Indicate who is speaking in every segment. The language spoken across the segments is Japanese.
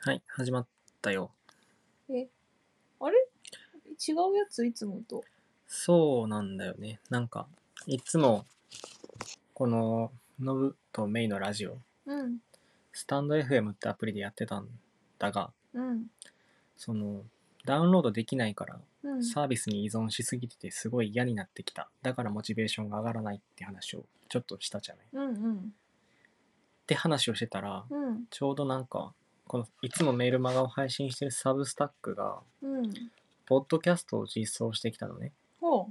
Speaker 1: はい、始まったよ。
Speaker 2: あれ違うやついつもと。
Speaker 1: そうなんだよね。なんか、いつも、この、ノブとメイのラジオ、
Speaker 2: うん。
Speaker 1: スタンド FM ってアプリでやってたんだが、
Speaker 2: うん。
Speaker 1: その、ダウンロードできないから、
Speaker 2: うん。
Speaker 1: サービスに依存しすぎてて、すごい嫌になってきた。だからモチベーションが上がらないって話を、ちょっとしたじゃない。っ
Speaker 2: うんうん。
Speaker 1: て話をしてたら、
Speaker 2: うん。
Speaker 1: ちょうどなんか、この、いつもメールマガを配信してるサブスタックが、
Speaker 2: うん。
Speaker 1: ポッドキャストを実装してきたのね。
Speaker 2: ほ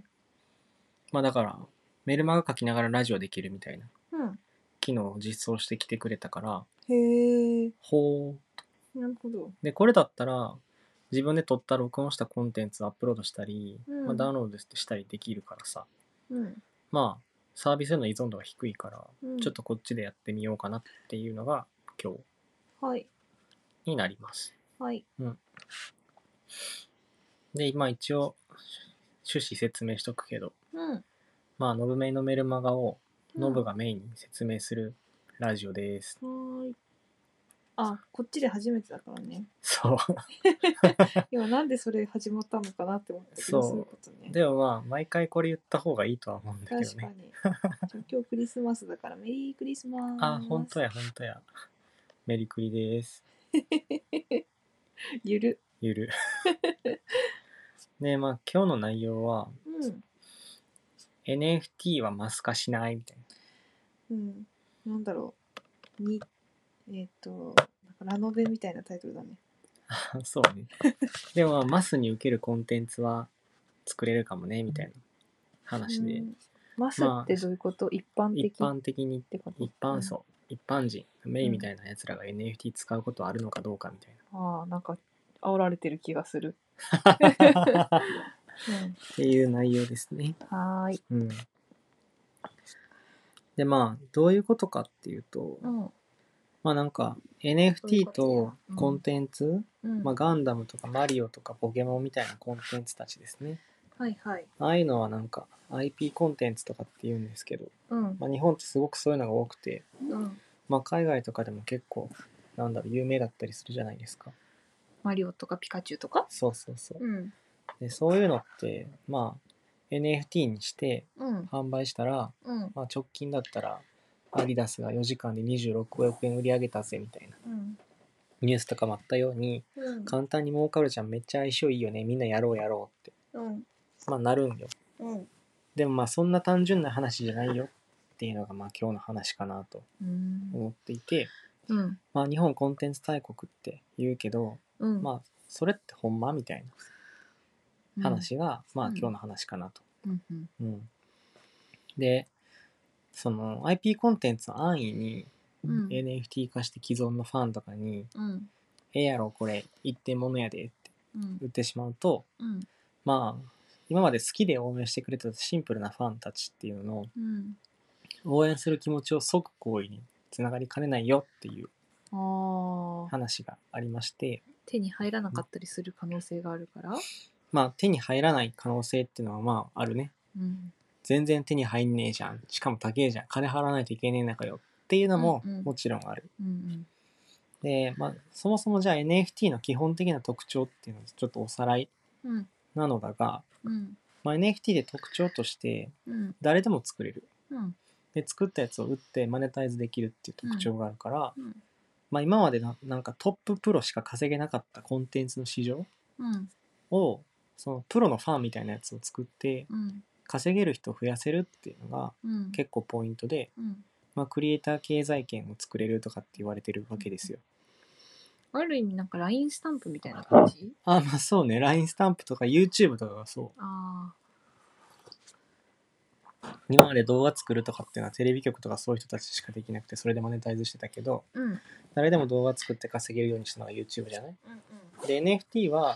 Speaker 1: まあだから、メルマガ書きながらラジオできるみたいな
Speaker 2: う。うん。
Speaker 1: 機能を実装してきてくれたから、
Speaker 2: へえ。
Speaker 1: ほう。
Speaker 2: なるほど。
Speaker 1: で、これだったら、自分で撮った録音したコンテンツをアップロードしたり、
Speaker 2: うん
Speaker 1: まあ、ダウンロードしたりできるからさ、
Speaker 2: うん。
Speaker 1: まあ、サービスへの依存度が低いから、
Speaker 2: うん
Speaker 1: ちょっとこっちでやってみようかなっていうのが今
Speaker 2: はい。
Speaker 1: 日になります。
Speaker 2: はい。
Speaker 1: で、今一応、趣旨説明しとくけど、
Speaker 2: うん。
Speaker 1: まあ、ノブメイのメルマガを、
Speaker 2: うん
Speaker 1: ノブがメインに説明するラジオです。
Speaker 2: はーい。あ、こっちで初めてだから ね。
Speaker 1: そう。
Speaker 2: 今なんでそれ始まったのかなって思って
Speaker 1: そう
Speaker 2: することね。
Speaker 1: でもまあ毎回これ言った方がいいとは思うんだけど
Speaker 2: 確か
Speaker 1: ね。
Speaker 2: に。じゃあ今日クリスマスだからメリークリスマス。
Speaker 1: あ、本当。や本当や。メリクリです。
Speaker 2: ゆる。
Speaker 1: ゆ る。でまあ今日の内容は
Speaker 2: うん。
Speaker 1: NFT はマス化しないみたいな。
Speaker 2: うん。なんだろう。に、えっ、と、なんかラノベみたいなタイトルだね。
Speaker 1: あ そうね。でもまあマスに受けるコンテンツは作れるかもねみたいな話
Speaker 2: う
Speaker 1: で。
Speaker 2: んマスってどういうこと、一般的
Speaker 1: 一
Speaker 2: っ
Speaker 1: 般的に
Speaker 2: てこと
Speaker 1: 一般層、一般人、メイみたいなやつらが NFT 使うことあるのかどうかみたいな。
Speaker 2: ああなんか煽られてる気がする、
Speaker 1: っ ていう内容ですね。
Speaker 2: うん、はーい、
Speaker 1: うん。で、まあ、どういうことかっていうと、
Speaker 2: うん
Speaker 1: まあなんか
Speaker 2: そうい
Speaker 1: NFT
Speaker 2: うことや
Speaker 1: とコンテンツ、
Speaker 2: うん
Speaker 1: まあガンダムとかマリオとかポケモンみたいなコンテンツたちですね。
Speaker 2: はいはい
Speaker 1: ああいうのはなんか IP コンテンツとかって言うんですけど、
Speaker 2: うん
Speaker 1: まあ日本ってすごくそういうのが多くて、
Speaker 2: うん
Speaker 1: まあ海外とかでも結構、なんだろう、有名だったりするじゃないですか。
Speaker 2: マリオとかピカチュウとか
Speaker 1: そうそうそう。
Speaker 2: うん
Speaker 1: で、そういうのって、まあ NFT にして
Speaker 2: うん
Speaker 1: 販売したら、
Speaker 2: うん
Speaker 1: まあ、直近だったらアディダスが4時間で26億円売り上げたぜみたいな
Speaker 2: うん
Speaker 1: ニュースとかもあったように
Speaker 2: うん
Speaker 1: 簡単に儲かるじゃんめっちゃ相性いいよねみんなやろうやろうって
Speaker 2: うん
Speaker 1: まあなるんよ
Speaker 2: うん
Speaker 1: でもまあそんな単純な話じゃないよっていうのがまあ今日の話かなと
Speaker 2: うん
Speaker 1: 思っていて
Speaker 2: うん
Speaker 1: まあ日本コンテンツ大国って言うけど
Speaker 2: うん
Speaker 1: まあそれってほんまみたいな話がまあ
Speaker 2: うん
Speaker 1: 今日の話かなと。
Speaker 2: うんうん
Speaker 1: うん、でその IP コンテンツを安易に
Speaker 2: うん
Speaker 1: NFT 化して既存のファンとかに
Speaker 2: うん
Speaker 1: 「ええやろこれ一点物やで」って
Speaker 2: うん
Speaker 1: 売ってしまうと
Speaker 2: うん
Speaker 1: まあ今まで好きで応援してくれてたシンプルなファンたちっていうのを
Speaker 2: うん
Speaker 1: 応援する気持ちを即行為につながりかねないよっていう
Speaker 2: ああ
Speaker 1: 話がありまして
Speaker 2: 手に入らなかったりする可能性があるから
Speaker 1: まあ手に入らない可能性っていうのはまああるね
Speaker 2: うん
Speaker 1: 全然手に入んねえじゃんしかも高えじゃん金払わないといけねえのかよっていうのも
Speaker 2: うんうん
Speaker 1: もちろんある、
Speaker 2: うん
Speaker 1: で、まあ、そもそもじゃあ NFT の基本的な特徴っていうのをちょっとおさらい
Speaker 2: うんうん
Speaker 1: なのだが、
Speaker 2: うん
Speaker 1: まあ、NFT で特徴として
Speaker 2: うん
Speaker 1: 誰でも作れる
Speaker 2: うん
Speaker 1: で作ったやつを売ってマネタイズできるっていう特徴があるから、
Speaker 2: うん
Speaker 1: まあ、今までななんかトッププロしか稼げなかったコンテンツの市場
Speaker 2: うん
Speaker 1: をそのプロのファンみたいなやつを作って
Speaker 2: うん
Speaker 1: 稼げる人を増やせるっていうのが
Speaker 2: うん
Speaker 1: 結構ポイントで、
Speaker 2: うん
Speaker 1: まあ、クリエイター経済圏を作れるとかって言われてるわけですよ。
Speaker 2: ある意味なんか LINE スタンプみたいな感じ
Speaker 1: あまあそうね LINE スタンプとか YouTube とかがそう
Speaker 2: あ
Speaker 1: 今まで動画作るとかっていうのはテレビ局とかそういう人たちしかできなくてそれでマネタイズしてたけど
Speaker 2: あうんうん
Speaker 1: 誰でも動画作って稼げるようにしたのが YouTube じゃない
Speaker 2: うん
Speaker 1: で NFT は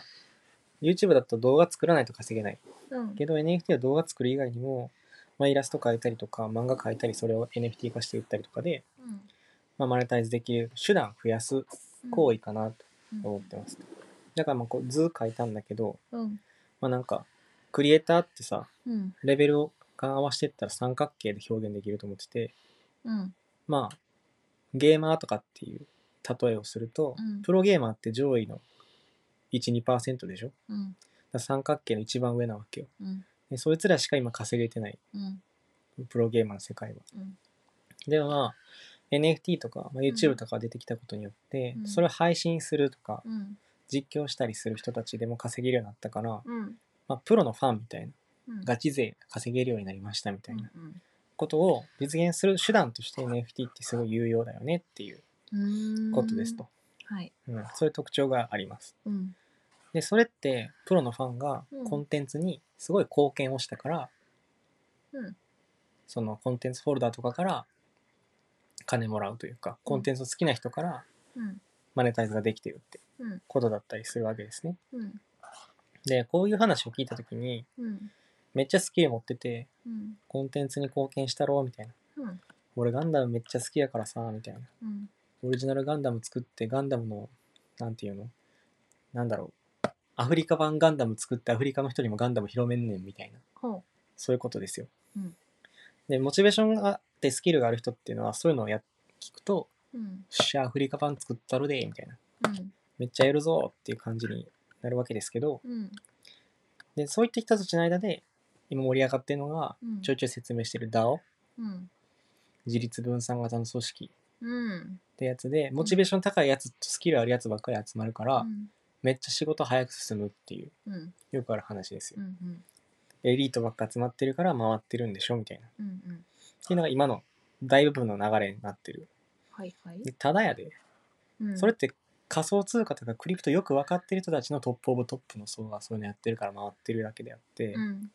Speaker 1: YouTube だと動画作らないと稼げない
Speaker 2: うん
Speaker 1: けど NFT は動画作る以外にも、まあ、イラスト描いたりとか漫画描いたりそれを NFT 化して売ったりとかで、まあ、マネタイズできる手段を増やす行為かなと思ってますだからまあこう図描いたんだけど、
Speaker 2: うん
Speaker 1: まあ、なんかクリエイターってさ
Speaker 2: うん
Speaker 1: レベルを合わせてったら三角形で表現できると思ってて
Speaker 2: うん
Speaker 1: まあゲーマーとかっていう例えをすると、
Speaker 2: うん
Speaker 1: プロゲーマーって上位の12%でしょだか
Speaker 2: うん
Speaker 1: ら三角形の一番上なわけよ
Speaker 2: うん
Speaker 1: でそいつらしか今稼げてない
Speaker 2: うん
Speaker 1: プロゲーマーの世界は
Speaker 2: うん
Speaker 1: でもまあ NFT とか、まあ、YouTube とか出てきたことによって、
Speaker 2: うん
Speaker 1: それを配信するとか
Speaker 2: うん
Speaker 1: 実況したりする人たちでも稼げるようになったから、
Speaker 2: うん
Speaker 1: まあ、プロのファンみたいな
Speaker 2: うん
Speaker 1: ガチ勢稼げるようになりましたみたいな
Speaker 2: うん
Speaker 1: ことを実現する手段として NFT ってすごい有用だよねっていう
Speaker 2: うん
Speaker 1: ことですと、
Speaker 2: はい
Speaker 1: うんそういう特徴があります
Speaker 2: うん
Speaker 1: でそれってプロのファンが
Speaker 2: うん
Speaker 1: コンテンツにすごい貢献をしたから、
Speaker 2: うん
Speaker 1: そのコンテンツフォルダーとかから金もらうというかコンテンツを好きな人から
Speaker 2: うん
Speaker 1: マネタイズができてるって
Speaker 2: うん
Speaker 1: ことだったりするわけですね
Speaker 2: うん
Speaker 1: でこういう話を聞いた時に
Speaker 2: うん
Speaker 1: めっちゃスキル持ってて
Speaker 2: うん
Speaker 1: コンテンツに貢献したろみたいな
Speaker 2: うん
Speaker 1: 俺ガンダムめっちゃ好きやからさみたいな
Speaker 2: うん
Speaker 1: オリジナルガンダム作ってガンダムのなんていうのなんだろうアフリカ版ガンダム作ってアフリカの人にもガンダム広めんねんみたいな
Speaker 2: ほ
Speaker 1: そういうことですよ、
Speaker 2: うん
Speaker 1: でモチベーションがあってスキルがある人っていうのはそういうのをや聞くと
Speaker 2: ううん
Speaker 1: 「しゃアフリカ版作ったるで」みたいな
Speaker 2: うん
Speaker 1: 「めっちゃやるぞ」っていう感じになるわけですけど
Speaker 2: うん
Speaker 1: でそういった人たちの間で今盛り上がってるのが
Speaker 2: うん
Speaker 1: ちょいちょい説明してる DAO
Speaker 2: うん
Speaker 1: 自立分散型の組織
Speaker 2: うん
Speaker 1: ってやつでモチベーション高いやつとスキルあるやつばっかり集まるから、
Speaker 2: うん
Speaker 1: めっちゃ仕事早く進むっていう
Speaker 2: うん
Speaker 1: よくある話です
Speaker 2: う
Speaker 1: よ、
Speaker 2: ん
Speaker 1: エリートばっか集まってるから回ってるんでしょみたいなっ
Speaker 2: うんうん
Speaker 1: ていうのが今の大部分の流れになってる
Speaker 2: はいはい
Speaker 1: でただやで、
Speaker 2: うん
Speaker 1: それって仮想通貨とかクリプトよく分かってる人たちのトップオブトップの層がそういうのやってるから回ってるだけであって、
Speaker 2: うん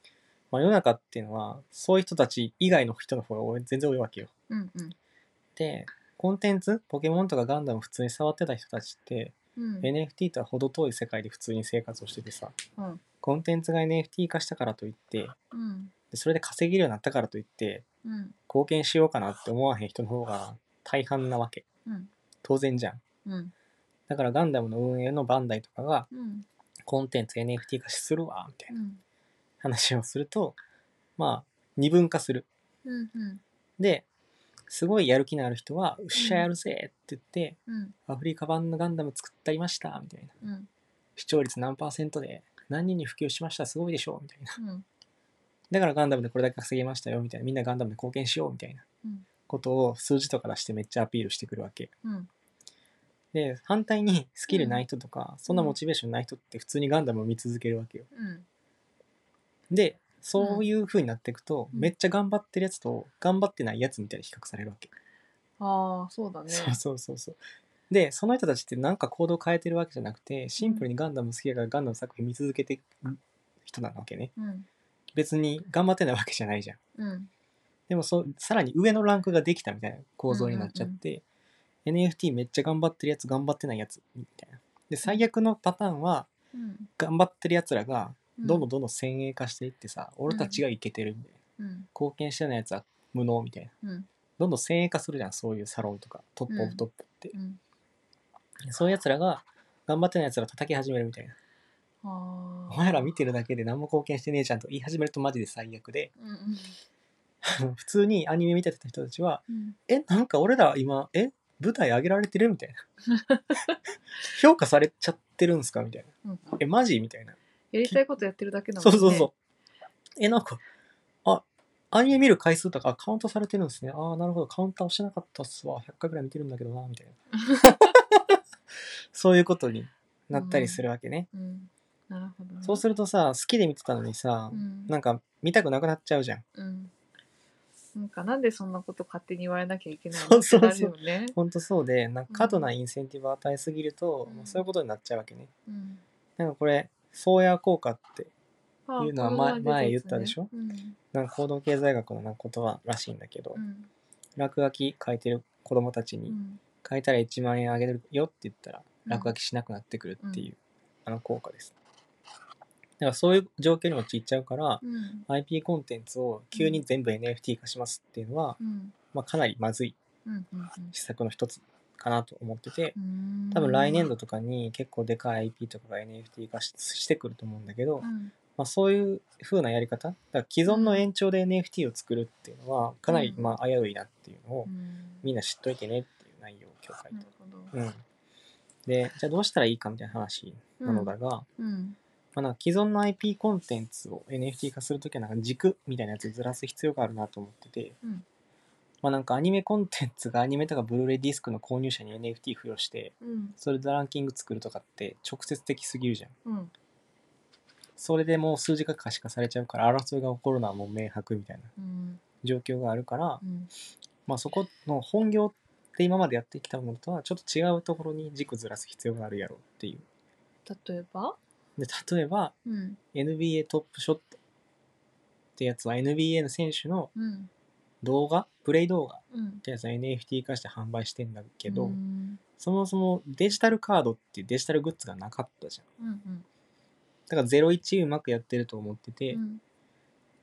Speaker 1: まあ、世の中っていうのはそういう人たち以外の人の方が全然多いわけよ
Speaker 2: うんうん
Speaker 1: でコンテンツポケモンとかガンダム普通に触ってた人たちって、
Speaker 2: うん
Speaker 1: NFT とは程遠い世界で普通に生活をしててさ
Speaker 2: うん
Speaker 1: コンテンツが NFT 化したからといって
Speaker 2: うん
Speaker 1: でそれで稼げるようになったからといって
Speaker 2: うん
Speaker 1: 貢献しようかなって思わへん人の方が大半なわけ
Speaker 2: うん
Speaker 1: 当然じゃん
Speaker 2: うん
Speaker 1: だからガンダムの運営のバンダイとかが
Speaker 2: うん
Speaker 1: コンテンツ NFT 化するわみたいうなん話をするとまあ二分化する
Speaker 2: うんうん
Speaker 1: ですごいやる気のある人は「うっしゃやるぜ!」って言って、
Speaker 2: うん
Speaker 1: アフリカ版のガンダム作ったりましたみたいな
Speaker 2: うん
Speaker 1: 視聴率何パーセントで何人に普及しましたすごいでしょみたいな
Speaker 2: うん
Speaker 1: だからガンダムでこれだけ稼げましたよみたいなみんなガンダムで貢献しようみたいな
Speaker 2: うん
Speaker 1: ことを数字とか出してめっちゃアピールしてくるわけ
Speaker 2: うん
Speaker 1: で反対にスキルない人とか、そんなモチベーションない人って普通にガンダムを見続けるわけよ
Speaker 2: うん
Speaker 1: でそういう風になっていくと、
Speaker 2: うん
Speaker 1: めっちゃ頑張ってるやつと頑張ってないやつみたいに比較されるわけ、
Speaker 2: ああそうだね
Speaker 1: そうそうそうそうでその人たちってなんか行動変えてるわけじゃなくてシンプルにガンダム好きだからガンダムの作品見続けてる人なわけね
Speaker 2: うん
Speaker 1: 別に頑張ってないわけじゃないじゃん
Speaker 2: うん
Speaker 1: でもそうさらに上のランクができたみたいな構造になっちゃって、NFT めっちゃ頑張ってるやつ頑張ってないやつみたいなで最悪のパターンは
Speaker 2: うん
Speaker 1: 頑張ってるやつらが
Speaker 2: うん
Speaker 1: どんどんどんどん先鋭化していってさ、俺たちがいけてるみたいな
Speaker 2: うん
Speaker 1: 貢献してないやつは無能みたいな
Speaker 2: うん
Speaker 1: どんどん先鋭化するじゃんそういうサロンとかトップオブトップって、
Speaker 2: うん
Speaker 1: そういうやつらが頑張ってないやつら叩き始めるみたいな
Speaker 2: あ
Speaker 1: お
Speaker 2: あ
Speaker 1: 前ら見てるだけで何も貢献してねえじゃんと言い始めるとマジで最悪 で
Speaker 2: うんうん
Speaker 1: 普通にアニメ見てた人たちは
Speaker 2: うん
Speaker 1: えなんか俺ら今え舞台上げられてるみ たいな評価されちゃってるんすかみたいな
Speaker 2: うん
Speaker 1: えマジみたいな、
Speaker 2: やりたいことやってるだけなの
Speaker 1: そう
Speaker 2: にね
Speaker 1: そうそうえなんかあアニメ見る回数とかあカウントされてるんですねああなるほどカウンターをしてなかったっすわ100回ぐらい見てるんだけどなみたいなそういうことになったりするわけね、
Speaker 2: うんなるほどね
Speaker 1: そうするとさ好きで見てたのにさ、
Speaker 2: うん
Speaker 1: なんか見たくなくなっちゃうじゃん
Speaker 2: うんなんかなんでそんなこと勝手に言われなきゃいけない
Speaker 1: そ
Speaker 2: の
Speaker 1: う
Speaker 2: って
Speaker 1: そうそう
Speaker 2: なるよね
Speaker 1: ほんとそうでなんか過度なインセンティブを与えすぎると、
Speaker 2: うん
Speaker 1: まあそういうことになっちゃうわけね
Speaker 2: うん
Speaker 1: なんかこれ、フォーヤー効果って、
Speaker 2: ああ
Speaker 1: いうのは
Speaker 2: これ
Speaker 1: 前
Speaker 2: が出
Speaker 1: 前言
Speaker 2: や
Speaker 1: っ
Speaker 2: つね
Speaker 1: たでしょ
Speaker 2: うん
Speaker 1: なんか行動経済学のなんか言葉らしいんだけど、
Speaker 2: うん
Speaker 1: 落書き書いてる子供たち
Speaker 2: う
Speaker 1: に、
Speaker 2: ん
Speaker 1: 書いたら1万円あげるよって言ったら、
Speaker 2: うん
Speaker 1: 落書きしなくなってくるっていう、あの効果です。だからそういう状況に陥っちゃうから、
Speaker 2: うん
Speaker 1: IP コンテンツを急に全部 NFT 化しますっていうのは、
Speaker 2: うん
Speaker 1: まあ、かなりまずい
Speaker 2: うんうん
Speaker 1: 施策の一つかなと思ってて、
Speaker 2: うん
Speaker 1: 多分来年度とかに結構でかい IP とかが NFT 化ししてくると思うんだけど、
Speaker 2: うん
Speaker 1: まあ、そういう風なやり方だから既存の延長で NFT を作るっていうのはかなり
Speaker 2: うん
Speaker 1: まあ危ういなっていうのを
Speaker 2: うん
Speaker 1: みんな知っといてねっていう内容を今日書い
Speaker 2: な
Speaker 1: て
Speaker 2: るほ
Speaker 1: う
Speaker 2: ど
Speaker 1: ん、でじゃあどうしたらいいかみたいな話なのだが、ま
Speaker 2: うん
Speaker 1: あ、なんか既存の IP コンテンツを NFT 化するときはなんか軸みたいなやつをずらす必要があるなと思ってて、
Speaker 2: うん
Speaker 1: まあ、なんかアニメコンテンツがアニメとかブルーレイディスクの購入者に NFT 付与して
Speaker 2: うん
Speaker 1: それでランキング作るとかって直接的すぎるじゃん
Speaker 2: うん
Speaker 1: それでもう数字が可視化されちゃうから争いが起こるのはもう明白みたいな
Speaker 2: うん
Speaker 1: 状況があるから
Speaker 2: う、ん
Speaker 1: まあ、そこの本業って今までやってきたものとはちょっと違うところに軸ずらす必要があるやろうっていう
Speaker 2: 例えば
Speaker 1: で例えば
Speaker 2: うん
Speaker 1: NBA トップショットってやつは NBA の選手の
Speaker 2: うん
Speaker 1: 動画プレイ動画っ
Speaker 2: うん
Speaker 1: てやつは NFT 化して販売してんだけど、
Speaker 2: うん
Speaker 1: そもそもデジタルカードっていうデジタルグッズがなかったじゃん
Speaker 2: うん
Speaker 1: だから01うまくやってると思ってて、
Speaker 2: うん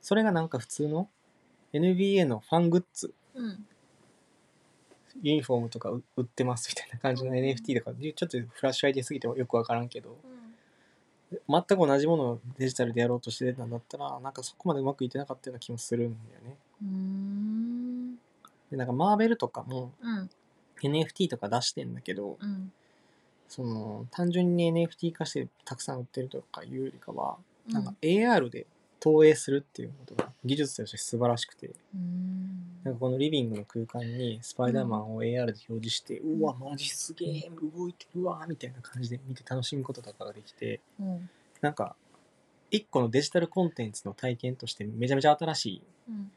Speaker 1: それがなんか普通の NBA のファングッズ
Speaker 2: うん
Speaker 1: ユニフォームとか売売ってますみたいな感じの
Speaker 2: うん
Speaker 1: NFT とかちょっとフラッシュアイデアすぎてよくわからんけど
Speaker 2: うん
Speaker 1: 全く同じものをデジタルでやろうとしてたんだったらなんかそこまでうまくいってなかったような気もするんだよね
Speaker 2: うん
Speaker 1: でなんかマーベルとかも
Speaker 2: うん
Speaker 1: NFT とか出してんだけど
Speaker 2: うん
Speaker 1: その単純に NFT 化してたくさん売ってるとかいうよりかは
Speaker 2: うん
Speaker 1: なんか AR で投影するっていうことが技術として素晴らしくて
Speaker 2: うん
Speaker 1: なんかこのリビングの空間にスパイダーマンを AR で表示して、うんわマジすげえ動いてるわみたいな感じで見て楽しむこととかができて
Speaker 2: うん
Speaker 1: なんか一個のデジタルコンテンツの体験としてめちゃめちゃ新しい
Speaker 2: うん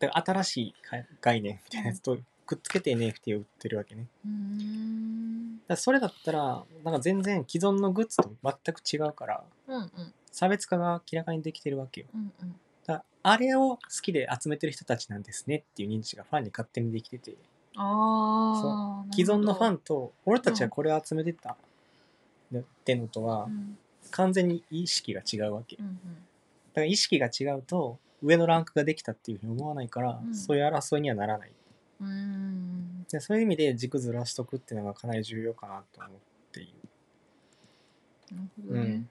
Speaker 1: だから新しいか概念みたいなやつとくっつけて NFT を売ってるわけね
Speaker 2: うん
Speaker 1: だからそれだったらなんか全然既存のグッズと全く違うから
Speaker 2: うんうん
Speaker 1: 差別化が明らかにできてるわけよ
Speaker 2: うんうん
Speaker 1: だからあれを好きで集めてる人たちなんですねっていう認知がファンに勝手にできてて
Speaker 2: ああ
Speaker 1: 既存のファ
Speaker 2: ン
Speaker 1: ンと俺たちはこれを集めてたってのとは
Speaker 2: うん
Speaker 1: 完全に意識が違うわけだ
Speaker 2: うん
Speaker 1: から意識が違うと上のランクができたっていうふうに思わないから
Speaker 2: うん
Speaker 1: そういう争いにはならない
Speaker 2: うんうん
Speaker 1: でそういう意味で軸ずらしとくっていうのがかなり重要かなと思っている
Speaker 2: なるほ
Speaker 1: う
Speaker 2: どね
Speaker 1: ん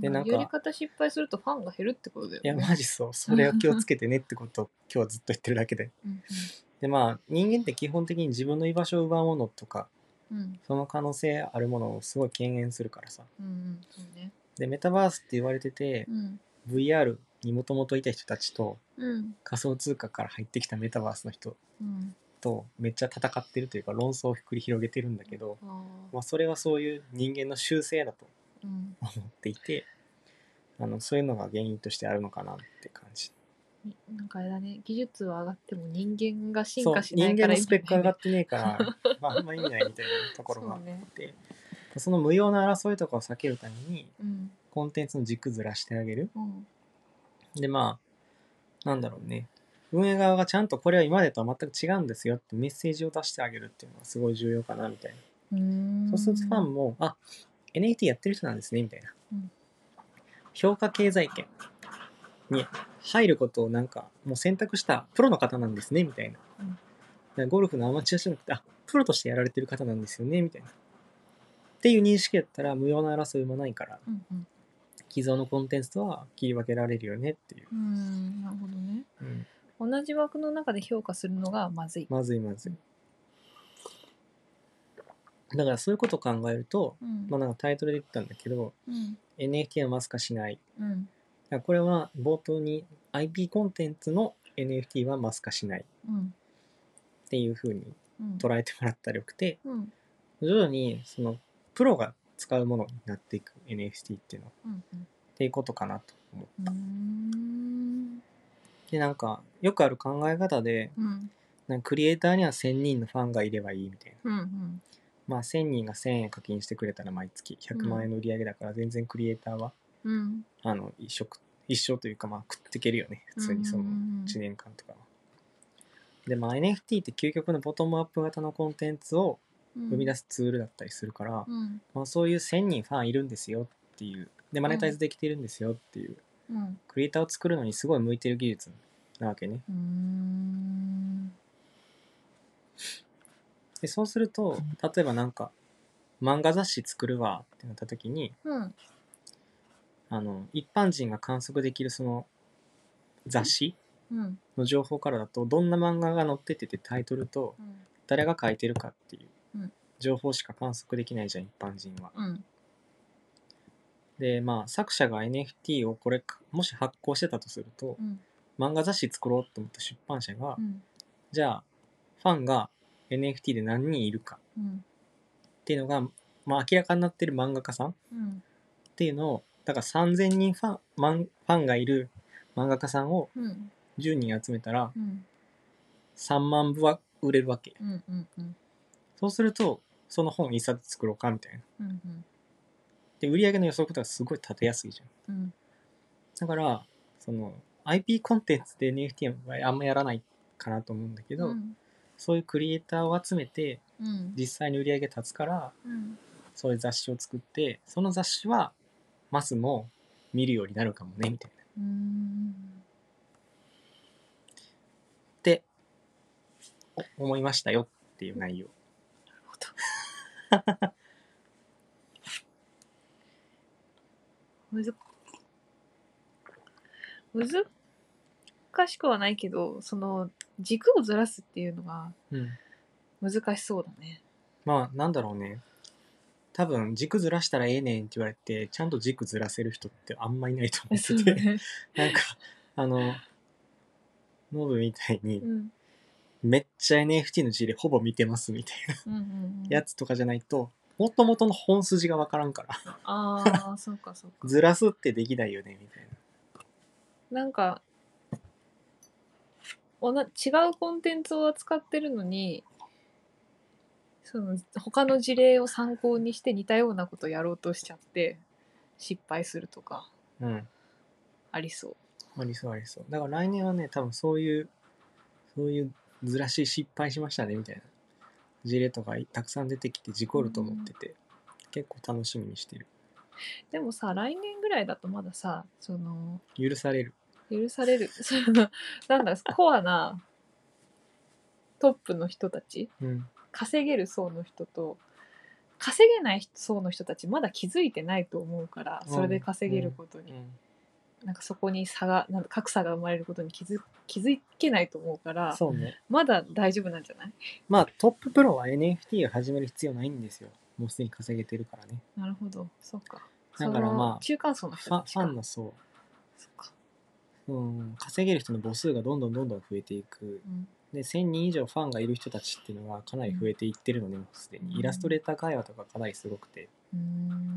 Speaker 1: でなんか
Speaker 2: やり方失敗するとファンが減るってことだよ
Speaker 1: い
Speaker 2: ね
Speaker 1: やマジそうそれを気をつけてねってことを今日はずっと言ってるだけで
Speaker 2: うん
Speaker 1: でまあ人間って基本的に自分の居場所を奪うものとか
Speaker 2: うん
Speaker 1: その可能性あるものをすごい敬遠するからさ
Speaker 2: うんうんそうね
Speaker 1: でメタバースって言われてて
Speaker 2: うん
Speaker 1: VR にもともといた人たちと
Speaker 2: うん
Speaker 1: 仮想通貨から入ってきたメタバースの人
Speaker 2: うん
Speaker 1: とめっちゃ戦ってるというか論争を繰り広げてるんだけど、
Speaker 2: ああ
Speaker 1: まあ、それはそういう人間の習性だと
Speaker 2: うん
Speaker 1: 思っていてあのそういうのが原因としてあるのかなって感じ
Speaker 2: なんかあれだね技術は上がっても人間が進
Speaker 1: そう
Speaker 2: 化し
Speaker 1: 人
Speaker 2: ない
Speaker 1: 間
Speaker 2: から
Speaker 1: のスペック上が
Speaker 2: っ
Speaker 1: ってねえから まああんま意味ないみたいなところがあっ
Speaker 2: そうね
Speaker 1: てそ,、の無用な争いとかを避けるために
Speaker 2: うん
Speaker 1: コンテンツの軸ずらしてあげる
Speaker 2: うん
Speaker 1: でまあなんだろうね運営側がちゃんとこれは今までとは全く違うんですよってメッセージを出してあげるっていうのがすごい重要かなみたいな
Speaker 2: うん
Speaker 1: そうするとファンも、あ NFT やってる人なんですねみたいな、
Speaker 2: うん
Speaker 1: 評価経済圏に入ることをなんかもう選択したプロの方なんですねみたいな、
Speaker 2: うん
Speaker 1: だからゴルフのアマチュアじゃなくてあプロとしてやられてる方なんですよねみたいなっていう認識やったら無用な争いもないから
Speaker 2: うんうん
Speaker 1: 既存のコンテンツとは切り分けられるよねっていう、
Speaker 2: うんなるほどね
Speaker 1: うん
Speaker 2: 同じ枠の中で評価するのがまずい
Speaker 1: まずいまずいだからそういうことを考えると、
Speaker 2: うん
Speaker 1: まあ、なんかタイトルで言ったんだけど
Speaker 2: うん
Speaker 1: NFT はマス化しない
Speaker 2: うん
Speaker 1: だからこれは冒頭に IP コンテンツの NFT はマス化しない
Speaker 2: うん
Speaker 1: っていう風に
Speaker 2: うん
Speaker 1: 捉えてもらったらよくて
Speaker 2: うん
Speaker 1: 徐々にそのプロが使うものになっていく NFT っていうのは
Speaker 2: うん
Speaker 1: っていうことかなと思
Speaker 2: う
Speaker 1: った。
Speaker 2: ん
Speaker 1: でなんかよくある考え方で
Speaker 2: うん
Speaker 1: なんかクリエイターには1,000人のファンがいればいいみたいな。
Speaker 2: うんうん
Speaker 1: まあ1,000人が1,000円課金してくれたら毎月100万円の売り上げだから全然クリエイターは
Speaker 2: うん
Speaker 1: あの一食一生というかまあ食っていけるよね普通にその1年間とかは。でまあ NFT って究極のボトムアップ型のコンテンツを生み出
Speaker 2: す
Speaker 1: すツールだったりするから、
Speaker 2: うん
Speaker 1: まあ、そういう1,000人ファンいるんですよっていうでマネタイズできてるんですよっていう、
Speaker 2: うん
Speaker 1: クリエイターを作るのにすごい向いてる技術なわけね。
Speaker 2: うーん
Speaker 1: でそうすると例えばなんか漫画雑誌作るわってなった時に
Speaker 2: うん
Speaker 1: あの一般人が観測できるその雑誌
Speaker 2: うん
Speaker 1: の情報からだとどんな漫画が載っててってタイトルと
Speaker 2: うん
Speaker 1: 誰が書いてるかっていう
Speaker 2: うん
Speaker 1: 情報しか観測できないじゃん一般人は。
Speaker 2: うん
Speaker 1: でまあ作者が NFT をこれもし発行してたとすると
Speaker 2: うん
Speaker 1: 漫画雑誌作ろうと思った出版社が
Speaker 2: うん
Speaker 1: じゃあファンが NFT で何人いるか
Speaker 2: うん
Speaker 1: っていうのが、まあ、明らかになってる漫画家さんっ
Speaker 2: うん
Speaker 1: ていうのをだから3,000人ファンマンファンがいる漫画家さんを
Speaker 2: うん
Speaker 1: 10人集めたら
Speaker 2: うん
Speaker 1: 3万部は売れるわけ
Speaker 2: うんうんうん
Speaker 1: そうするとその本一冊作ろうかみたいな
Speaker 2: うんうん
Speaker 1: で売り上げの予測とかすごい立てやすいじゃん
Speaker 2: うん
Speaker 1: だからその IP コンテンツで NFT はあんまやらないかなと思うんだけど、
Speaker 2: うん
Speaker 1: そういうクリエイターを集めて
Speaker 2: うん
Speaker 1: 実際に売り上げ立つから
Speaker 2: うん
Speaker 1: そういう雑誌を作ってその雑誌はマスも見るようになるかもねみたいな。
Speaker 2: うーん
Speaker 1: ってお思いましたよっていう内容。
Speaker 2: むず難しくはないけどその軸をずらすっていうのが
Speaker 1: うん、
Speaker 2: 難しそうだね
Speaker 1: まあなんだろうね多分軸ずらしたらええねんって言われてちゃんと軸ずらせる人ってあんまいないと思
Speaker 2: そ
Speaker 1: っ
Speaker 2: う
Speaker 1: て
Speaker 2: だ
Speaker 1: て
Speaker 2: ね
Speaker 1: なんかあのノブみたいに
Speaker 2: うん
Speaker 1: めっちゃ NFT の事例ほぼ見てますみたいな
Speaker 2: うんうんうん
Speaker 1: やつとかじゃないともともとの本筋がわからんから
Speaker 2: ああそうかそうか
Speaker 1: ずらすってできないよねみたいな。
Speaker 2: なんかおな違うコンテンツを扱ってるのにその他の事例を参考にして似たようなことやろうとしちゃって失敗するとか
Speaker 1: うん、
Speaker 2: ありそう。
Speaker 1: ありそうありそう。だから来年はね、多分そういう、そういうずらし失敗しましたねみたいな事例とかいたくさん出てきて事故ると思ってて、結構楽しみにしてる。
Speaker 2: でもさ来年ぐらいだとまださその
Speaker 1: 許される。
Speaker 2: 許される そのなんだコアなトップの人たち
Speaker 1: うん。
Speaker 2: 稼げる層の人と稼げない層の人たちまだ気づいてないと思うからそれで稼げることに、なんかそこに差がなんか格差が生まれることに気づ気づけないと思うから
Speaker 1: そうね。
Speaker 2: まだ大丈夫なんじゃない
Speaker 1: まあトッププロは NFT を始める必要ないんですよ。もうすでに稼げてるからね。
Speaker 2: なるほどそうか
Speaker 1: だから
Speaker 2: その
Speaker 1: まあ
Speaker 2: 中間層の
Speaker 1: フ
Speaker 2: 人
Speaker 1: ァ
Speaker 2: たち
Speaker 1: フ
Speaker 2: か
Speaker 1: ァンの層、
Speaker 2: そっか
Speaker 1: うん、稼げる人の母数がどんどんどんどん増えていく。
Speaker 2: うん
Speaker 1: で、1000人以上ファンがいる人たちっていうのはかなり増えていってるので、もうすで
Speaker 2: うん
Speaker 1: に。イラストレーター会話とかかなりすごくて。
Speaker 2: うーん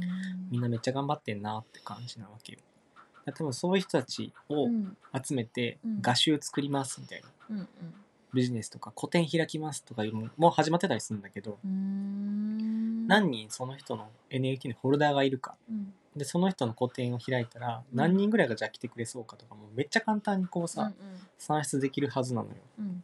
Speaker 1: みんなめっちゃ頑張ってんなって感じなわけよ。だから多分そういう人たちを
Speaker 2: うん
Speaker 1: 集めて
Speaker 2: うん
Speaker 1: 画集作りますみたいな、
Speaker 2: うんうん
Speaker 1: ビジネスとか個展開きますとかいうのもう始まってたりするんだけど、
Speaker 2: うーん
Speaker 1: 何人その人の NFT のフォルダーがいるか
Speaker 2: うん
Speaker 1: でその人の個展を開いたら
Speaker 2: うん
Speaker 1: 何人ぐらいがじゃあ来てくれそうかとかもめっちゃ簡単にこう
Speaker 2: うんう
Speaker 1: さ、
Speaker 2: ん
Speaker 1: 算出できるはずなのよ。
Speaker 2: うん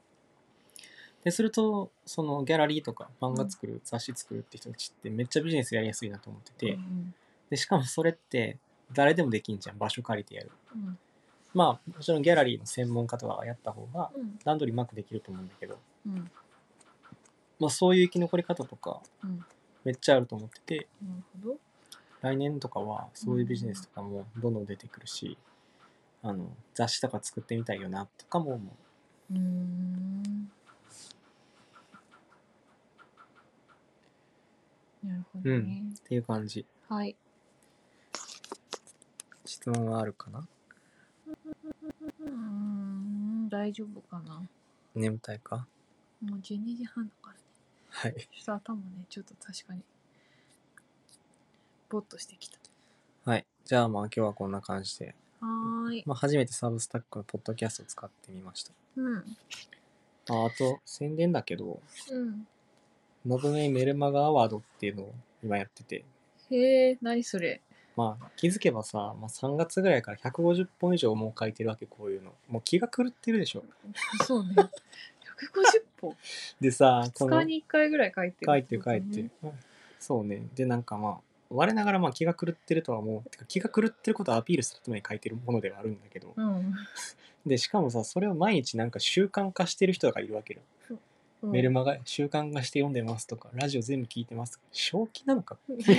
Speaker 1: でするとそのギャラリーとか漫画作る、雑誌作るって人たちってめっちゃビジネスやりやすいなと思ってて、
Speaker 2: うん
Speaker 1: でしかもそれって誰でもできんじゃん場所借りてやる。
Speaker 2: うん
Speaker 1: まあもちろんギャラリーの専門家とかがやった方が
Speaker 2: うん
Speaker 1: 段取りうまくできると思うんだけど、
Speaker 2: うん
Speaker 1: まあ、そういう生き残り方とか
Speaker 2: うん
Speaker 1: めっちゃあると思ってて
Speaker 2: なるほど
Speaker 1: 来年とかはそういうビジネスとかもどんどん出てくるし、あの雑誌とか作ってみたいよなとかも思
Speaker 2: うーんなるほどね、
Speaker 1: うっていう感じ
Speaker 2: はい
Speaker 1: 質問はあるかな
Speaker 2: うーん大丈夫かな
Speaker 1: 眠たいか
Speaker 2: もう12時半だからね
Speaker 1: はい
Speaker 2: ちょっと頭ねちょっと確かにぼっとしてきた
Speaker 1: はいじゃあまあ今日はこんな感じで、
Speaker 2: はーい
Speaker 1: まあ、初めてサブスタックのポッドキャストを使ってみました
Speaker 2: うん
Speaker 1: ああと宣伝だけど
Speaker 2: うん
Speaker 1: 「のぶめメルマガアワード」っていうのを今やってて
Speaker 2: へえ何それ
Speaker 1: まあ気づけばさ、まあ、3月ぐらいから150本以上もう書いてるわけこういうのもう気が狂ってるでしょ
Speaker 2: そうね150本
Speaker 1: でさこ
Speaker 2: 2
Speaker 1: の
Speaker 2: 日に1回ぐらい書いて
Speaker 1: 書
Speaker 2: る
Speaker 1: いてる書いて
Speaker 2: る
Speaker 1: るそうねでなんかまあ我ながらまあ気が狂ってるとは思うてか気が狂ってることをアピールするために書いてるものではあるんだけど
Speaker 2: うん、
Speaker 1: でしかもさそれを毎日なんか習慣化してる人がいるわけよ、
Speaker 2: うん、
Speaker 1: メルマガ習慣化して読んでますとかラジオ全部聞いてますとか正気なのか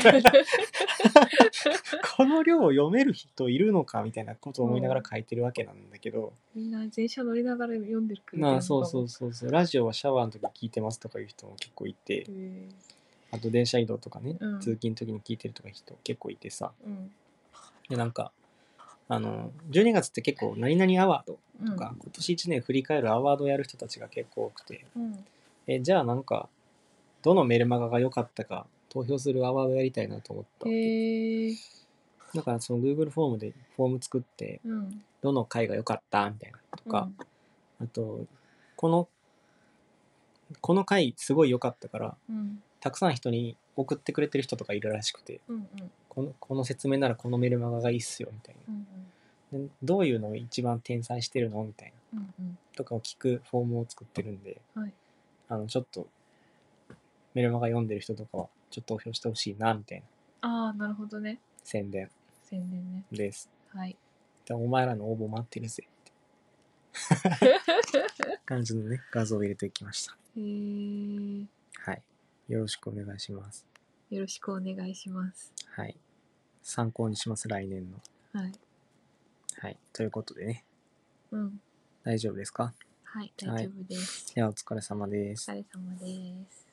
Speaker 1: この量を読める人いるのかみたいなことを思いながら書いてるわけなんだけど、
Speaker 2: みんな電車乗りながら読んでるくれてるのかも
Speaker 1: まあそうそうそうそうラジオはシャワーの時聞いてますとかいう人も結構いて
Speaker 2: へえ
Speaker 1: あと電車移動とかね、
Speaker 2: うん
Speaker 1: 通勤の時に聞いてるとか人結構いてさ
Speaker 2: うん
Speaker 1: でなんかあの12月って結構「何々アワード」
Speaker 2: うん
Speaker 1: とか、今年1年振り返るアワードをやる人たちが結構多くて
Speaker 2: うん
Speaker 1: えじゃあなんかどのメルマガが良かったか投票するアワードやりたいなと思った
Speaker 2: へえ
Speaker 1: だからその Google フォームでフォーム作って
Speaker 2: うん
Speaker 1: どの回が良かったみたいなとか、あとこのこの回すごい良かったから
Speaker 2: うん
Speaker 1: たくさん人に送ってくれてる人とかいるらしくて
Speaker 2: うんうん
Speaker 1: このこの説明ならこのメルマガがいいっすよみたい
Speaker 2: うん
Speaker 1: なでどういうのを一番転載してるのみたいな
Speaker 2: うんうん
Speaker 1: とかを聞くフォームを作ってるんで、
Speaker 2: はい
Speaker 1: あのちょっとメルマガ読んでる人とかはちょっと投票してほしいなみたいな
Speaker 2: ああなるほどね
Speaker 1: 宣伝
Speaker 2: 宣伝ね
Speaker 1: です
Speaker 2: はい
Speaker 1: でお前らの応募待ってるぜって感じのね画像を入れていきました
Speaker 2: へえ
Speaker 1: はいよろしくお願いします
Speaker 2: よろしくお願いします
Speaker 1: はい参考にします来年の
Speaker 2: はい
Speaker 1: はいということでね
Speaker 2: うん
Speaker 1: 大丈夫ですか
Speaker 2: はい
Speaker 1: はい
Speaker 2: 大丈夫です、
Speaker 1: ではお疲れ様です
Speaker 2: お疲れ様です